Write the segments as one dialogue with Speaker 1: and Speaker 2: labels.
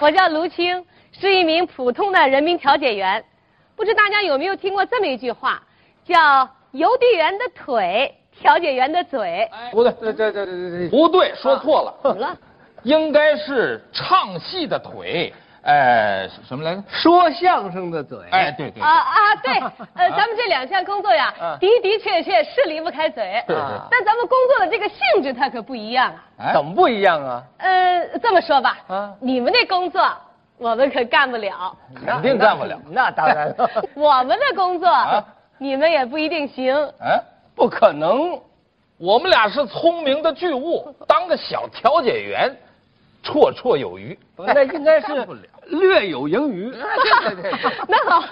Speaker 1: 我叫卢青，是一名普通的人民调解员。不知大家有没有听过这么一句话，叫“邮递员的腿，调解员的嘴
Speaker 2: 不哎对，这这这这不对，啊说错了，”。
Speaker 1: 怎么了？
Speaker 2: 应该是唱戏的腿，哎，什么来着？
Speaker 3: 说相声的嘴，
Speaker 2: 哎，对对
Speaker 1: 啊
Speaker 2: 对，
Speaker 1: 啊，对，呃，咱们这两项工作呀
Speaker 2: 嗯，
Speaker 1: 的的确确是离不开嘴，
Speaker 2: 是
Speaker 3: 啊
Speaker 2: 是，
Speaker 1: 但咱们工作的这个性质它可不一样啊。
Speaker 2: 哎
Speaker 3: 怎么不一样啊？
Speaker 1: 呃，这么说吧，
Speaker 3: 啊
Speaker 1: 你们那工作我们可干不了，
Speaker 2: 肯定干不了。
Speaker 3: 那当然 了，
Speaker 1: 我们的工作、
Speaker 2: 啊
Speaker 1: 你们也不一定行。
Speaker 2: 哎，
Speaker 3: 不可能。
Speaker 2: 我们俩是聪明的巨物，当个小调解员，绰绰有余。
Speaker 3: 那应该 是
Speaker 2: 干不了
Speaker 3: 略有盈余。
Speaker 2: 对对对对，
Speaker 1: 那好，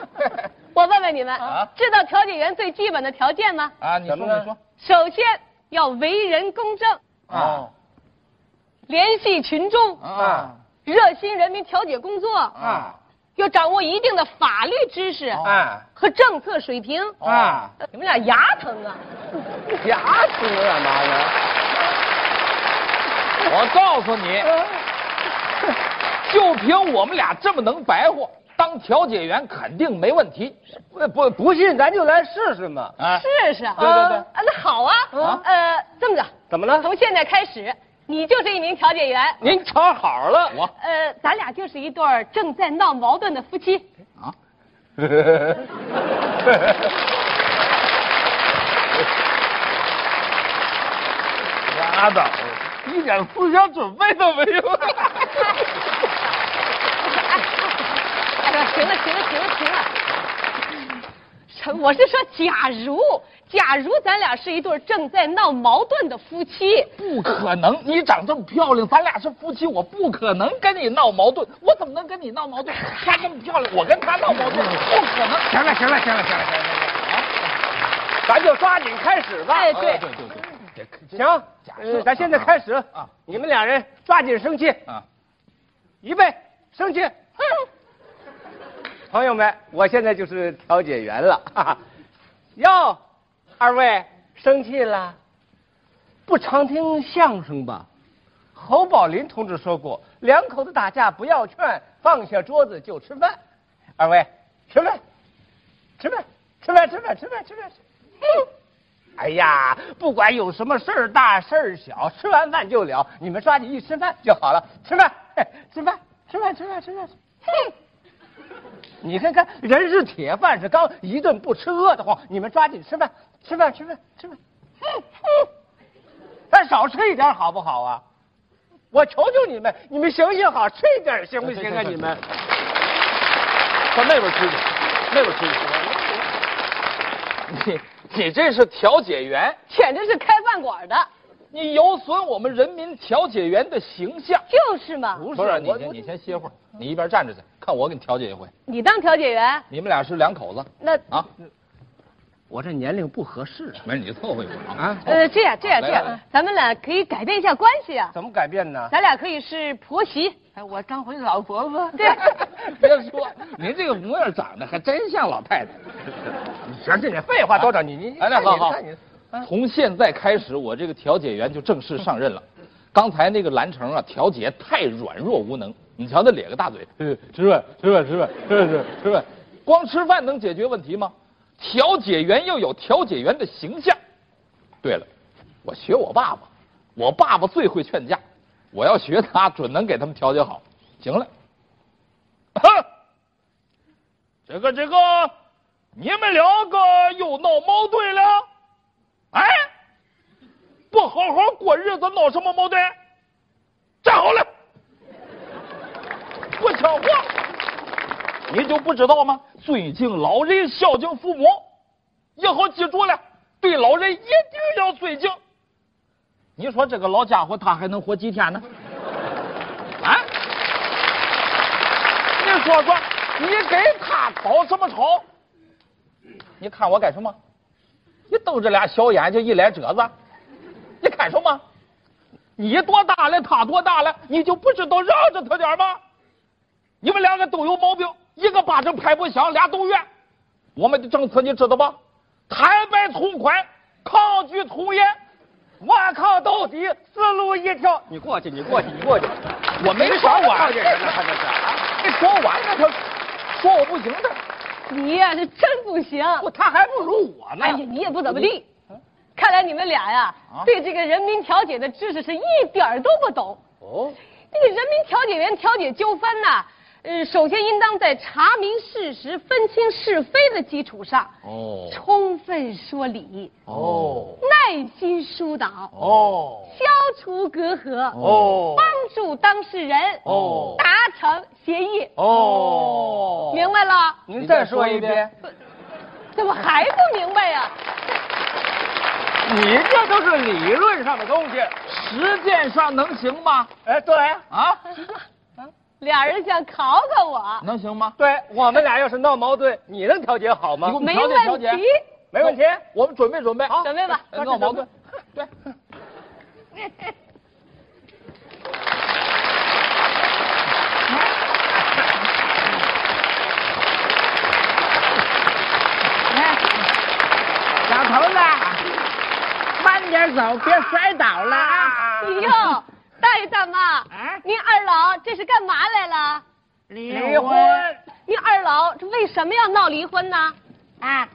Speaker 1: 我问问你们，
Speaker 2: 啊
Speaker 1: 知道调解员最基本的条件吗？
Speaker 2: 啊，你说
Speaker 3: 怎么呢
Speaker 2: 你说，
Speaker 1: 首先要为人公正，
Speaker 2: 啊
Speaker 1: 联系群众，
Speaker 2: 啊
Speaker 1: 热心人民调解工作，
Speaker 2: 啊哦
Speaker 1: 要掌握一定的法律知识
Speaker 3: 啊
Speaker 1: 和政策水平。
Speaker 3: 啊！
Speaker 1: 你们俩牙疼啊！
Speaker 3: 牙疼干嘛呢？
Speaker 2: 我告诉你，就凭我们俩这么能白活，当调解员肯定没问题。
Speaker 3: 不不不信，咱就来试试嘛。
Speaker 2: 啊，
Speaker 1: 试试啊！
Speaker 2: 对对对
Speaker 1: 啊那好啊，
Speaker 2: 啊
Speaker 1: 呃，这么着，
Speaker 3: 怎么了？
Speaker 1: 从现在开始，你就是一名调解员，
Speaker 3: 您瞧好了，
Speaker 2: 我
Speaker 1: 呃，咱俩就是一对儿正在闹矛盾的夫妻。
Speaker 2: 啊，拉倒，一点思想准备都没有。
Speaker 1: 哎呀，行了，行了，行了，行了。什我是说，假如，假如咱俩是一对儿正在闹矛盾的夫妻，
Speaker 2: 不可能，你长这么漂亮，咱俩是夫妻，我不可能跟你闹矛盾，我怎么能跟你闹矛盾？她那么漂亮，我跟她闹矛盾，不可能。
Speaker 3: 行了，行了，行了，行了，行了， 咱就抓紧开始吧。
Speaker 1: 哎对
Speaker 2: 啊对对对，
Speaker 3: 行，呃咱现在开始
Speaker 2: 啊
Speaker 3: 你们俩人抓紧生气，
Speaker 2: 啊，
Speaker 3: 预备，生气。朋友们，我现在就是调解员了。哈哈哟，二位生气了？不常听相声吧？侯宝林同志说过，两口子打架不要劝，放下桌子就吃饭。二位，吃饭，吃饭，吃饭，吃饭，吃饭，吃饭。吃饭哎呀，不管有什么事儿大事儿小，吃完饭就了。你们抓紧一吃饭就好了，吃饭，嘿吃饭，吃饭，吃饭，吃饭。嘿你看看，人是铁，饭是钢，一顿不吃饿得慌。你们抓紧吃饭，吃饭，吃饭，吃饭。哼哼 咱少吃一点好不好啊？我求求你们，你们行行好，吃一点行不行啊？你们
Speaker 2: 上那边吃去，那边吃去。你你这是调解员，
Speaker 1: 简直是开饭馆的，
Speaker 2: 你有损我们人民调解员的形象。
Speaker 1: 就是嘛。
Speaker 3: 不
Speaker 2: 不是你
Speaker 3: 我
Speaker 2: 先你先歇会儿，你一边站着去，看我给你调解一回。
Speaker 1: 你当调解员，
Speaker 2: 你们俩是两口子
Speaker 1: 那
Speaker 2: 啊，
Speaker 3: 我这年龄不合适啊
Speaker 2: 没事你就凑合一会儿啊。
Speaker 3: 啊！
Speaker 1: 呃，这样这样
Speaker 2: 来
Speaker 1: 这样
Speaker 2: 来来，
Speaker 1: 咱们俩可以改变一下关系啊。
Speaker 3: 怎么改变呢？
Speaker 1: 咱俩可以是婆媳，
Speaker 3: 哎，我当回老婆婆。
Speaker 1: 对，
Speaker 2: 别说，您这个模样长得还真像老太太。
Speaker 3: 行，这废话多少？你你
Speaker 2: 哎，那好好
Speaker 3: 你看你啊，
Speaker 2: 从现在开始，我这个调解员就正式上任了。刚才那个蓝城啊，调解太软弱无能，你瞧他咧个大嘴，吃吃饭吃饭吃饭吃饭吃饭，光吃饭能解决问题吗？调解员要有调解员的形象。对了，我学我爸爸，我爸爸最会劝架，我要学他，准能给他们调解好。行了， 这个这个，你们两个又闹矛盾了，哎，不好好过日子，闹什么矛盾？站好了，不讲话，你就不知道吗？尊敬老人，孝敬父母，以后记住了，对老人一定要尊敬。你说这个老家伙他还能活几天呢？啊？你说说，你给他吵什么吵？你看我干什么？你瞪着俩小眼睛，一脸褶子，你看什么？你多大了，他多大了，你就不知道让着他点吗？你们两个都有毛病，一个巴掌拍不响，俩都怨。我们的政策你知道吧？坦白从宽，抗拒从严，顽抗到底，
Speaker 3: 死路一条。你过去，你过去，你过去。
Speaker 2: 我没
Speaker 3: 少
Speaker 2: 说完
Speaker 3: 看见人了，他这是啊！
Speaker 2: 没说完呢，他说我不行的，
Speaker 1: 你呀、这真不行。
Speaker 2: 不，他还不如我呢。
Speaker 1: 哎呀，你也不怎么地。 看来你们俩呀、
Speaker 2: 嗯啊
Speaker 1: 对这个人民调解的知识是一点儿都不懂。
Speaker 3: 哦，
Speaker 1: 这个人民调解员调解纠纷呐、呃，首先应当在查明事实、分清是非的基础上，
Speaker 2: 哦
Speaker 1: 充分说理，
Speaker 2: 哦
Speaker 1: 耐心疏导，
Speaker 2: 哦
Speaker 1: 消除隔阂，
Speaker 2: 哦
Speaker 1: 帮助当事人
Speaker 2: 哦
Speaker 1: 达成协议。
Speaker 2: 哦
Speaker 1: 明白了？
Speaker 3: 您
Speaker 2: 你
Speaker 3: 再
Speaker 2: 再
Speaker 3: 说
Speaker 2: 说
Speaker 3: 一
Speaker 2: 一
Speaker 3: 遍
Speaker 2: 遍。
Speaker 1: 怎么还不明白呀、
Speaker 3: 你这都是理论上的东西。
Speaker 2: 实践上能行吗？
Speaker 3: 哎，对
Speaker 2: 啊，
Speaker 1: 俩人想考考我，
Speaker 2: 能行吗？
Speaker 3: 对，我们俩要是闹矛盾，你能调解好吗
Speaker 2: 你给？我们
Speaker 1: 没
Speaker 2: 调解调
Speaker 1: 问
Speaker 2: 解
Speaker 1: 题，
Speaker 3: 没问题。
Speaker 2: 我们准备准备
Speaker 4: 哦
Speaker 2: 啊，
Speaker 1: 准备吧
Speaker 2: 哎闹矛盾，对，
Speaker 3: 老头子，慢点走，别摔倒了啊！
Speaker 1: 哎呦， 大爷大妈，
Speaker 4: 哎
Speaker 3: 啊
Speaker 1: 您二老这是干嘛来了？
Speaker 4: 离
Speaker 3: 离婚。
Speaker 1: 您二老这为什么要闹离婚呢？
Speaker 4: 啊，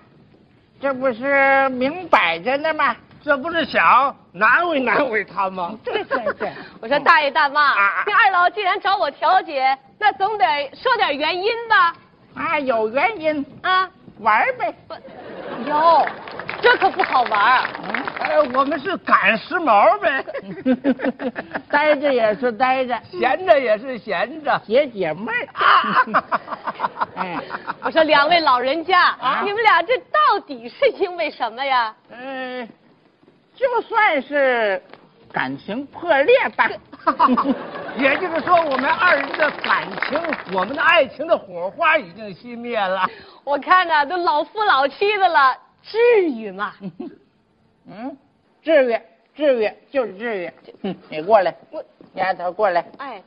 Speaker 4: 这不是明摆着呢吗？
Speaker 3: 这不是想难为难为他吗？
Speaker 4: 对对对，
Speaker 1: 我说大爷大妈
Speaker 3: 啊，
Speaker 1: 您二老既然找我调解，那总得说点原因吧？
Speaker 4: 啊，有原因，
Speaker 1: 啊，
Speaker 4: 玩儿呗。
Speaker 1: 哟，这可不好玩儿。
Speaker 3: 哎，我们是赶时髦 呗，
Speaker 4: 待着也是待着，
Speaker 3: 闲着也是闲着。
Speaker 4: 解解 闷儿。哎，
Speaker 1: 我说两位老人家
Speaker 4: 啊，
Speaker 1: 你们俩这到底是因为什么呀？
Speaker 4: 嗯、就算是感情破裂 吧。
Speaker 3: 也就是说，我们二人的感情，我们的爱情的火花已经熄灭了。
Speaker 1: 我看呐、都老夫老妻的了，至于吗？
Speaker 4: 嗯，至于至于就是至于。哼 你过来，丫头过来，
Speaker 1: 哎，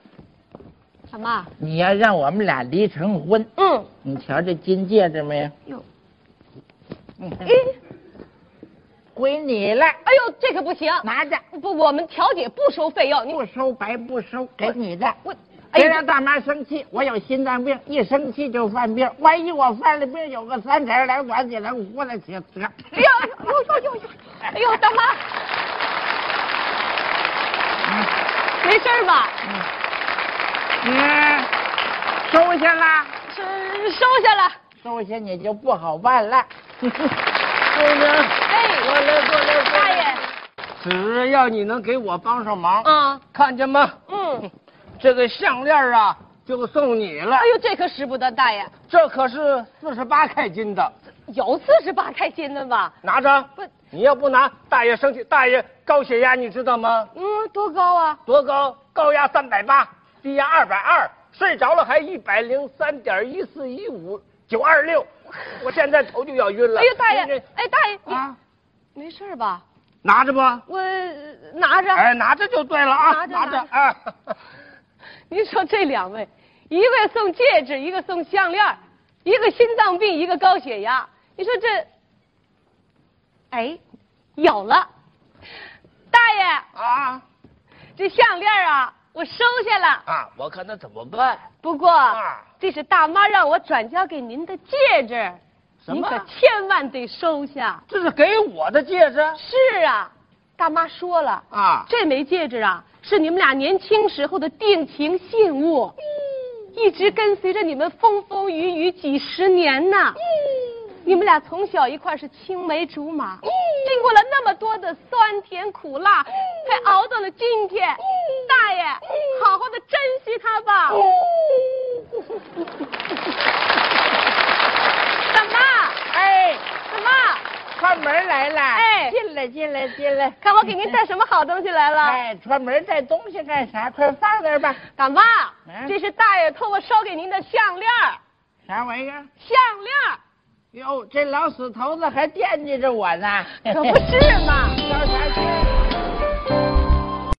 Speaker 1: 大妈，
Speaker 4: 你要让我们俩离成婚，
Speaker 1: 嗯，
Speaker 4: 你瞧这金戒指没有？
Speaker 1: 哟，
Speaker 4: 嗯
Speaker 1: 哎，
Speaker 4: 归你了，
Speaker 1: 哎呦，这可不行，
Speaker 4: 拿着，
Speaker 1: 不，我们调解不收费用，你
Speaker 4: 不收白不收，给你的。
Speaker 1: 我，哎
Speaker 4: 别
Speaker 1: 呀
Speaker 4: 让，大妈生气，我有心脏病，一生气就犯病。万一我犯了病，有个三天两短起来，我过来请责。
Speaker 1: 哎呀，哎呦呦呦呦，哎呦，大妈，没事儿吧？
Speaker 4: 嗯，收下啦，
Speaker 1: 收
Speaker 3: 嗯
Speaker 1: 收下了，
Speaker 4: 收下你就不好 办了。
Speaker 1: 哎，
Speaker 3: 过来，过来，
Speaker 1: 大爷，
Speaker 3: 只要你能给我帮上忙，
Speaker 1: 啊，
Speaker 3: 看见吗？
Speaker 1: 嗯，
Speaker 3: 这个项链啊，就送你了
Speaker 1: 哎。呦，这可使不得，大爷，
Speaker 3: 这可是四十八开金的，
Speaker 1: 有四十八开心的吧？
Speaker 3: 拿着。
Speaker 1: 不，
Speaker 3: 你要不拿，大爷生气。大爷高血压，你知道吗？
Speaker 1: 嗯，多高啊？
Speaker 3: 多高？高压三百八，低压二百二，睡着了还一百零三点一四一五九二六，我现在头就要晕了。
Speaker 1: 哎呦，大
Speaker 3: 您这
Speaker 1: 爷，哎，大爷，
Speaker 4: 啊，
Speaker 1: 你没事儿吧？
Speaker 3: 拿着吧，
Speaker 1: 我拿着。
Speaker 3: 哎，拿着就对了啊，
Speaker 1: 拿着拿着
Speaker 3: 哎，
Speaker 1: 您说这两位，一个送戒指，一个送项链儿，一个心脏病，一个高血压。你说这，哎，有了，大爷，
Speaker 3: 啊
Speaker 1: 这项链儿啊，我收下了。
Speaker 3: 啊，我看他怎么办？
Speaker 1: 不过
Speaker 3: 啊，
Speaker 1: 这是大妈让我转交给您的戒指，
Speaker 3: 什
Speaker 1: 您
Speaker 3: 么
Speaker 1: 可千万得收下。
Speaker 3: 这是给我的戒指
Speaker 1: 是啊，大妈说了，
Speaker 3: 啊，
Speaker 1: 这枚戒指啊，是你们俩年轻时候的定情信物，一直跟随着你们风风雨雨几十年呐。你们俩从小一块是青梅竹马，经过了那么多的酸甜苦辣，才熬到了今天。大爷，好好的珍惜它吧。大妈，
Speaker 4: 哎，
Speaker 1: 大妈，
Speaker 4: 串门来了，
Speaker 1: 哎
Speaker 4: 进来进来进来。
Speaker 1: 看我给您带什么好东西来了。
Speaker 4: 哎，串门带东西干啥？快放那儿吧。
Speaker 1: 大妈，
Speaker 4: 嗯
Speaker 1: 这是大爷托我捎给您的项链儿
Speaker 4: 啥玩意儿？
Speaker 1: 项链儿
Speaker 4: 哟，这老死头子还惦记着我呢。
Speaker 1: 可不是嘛。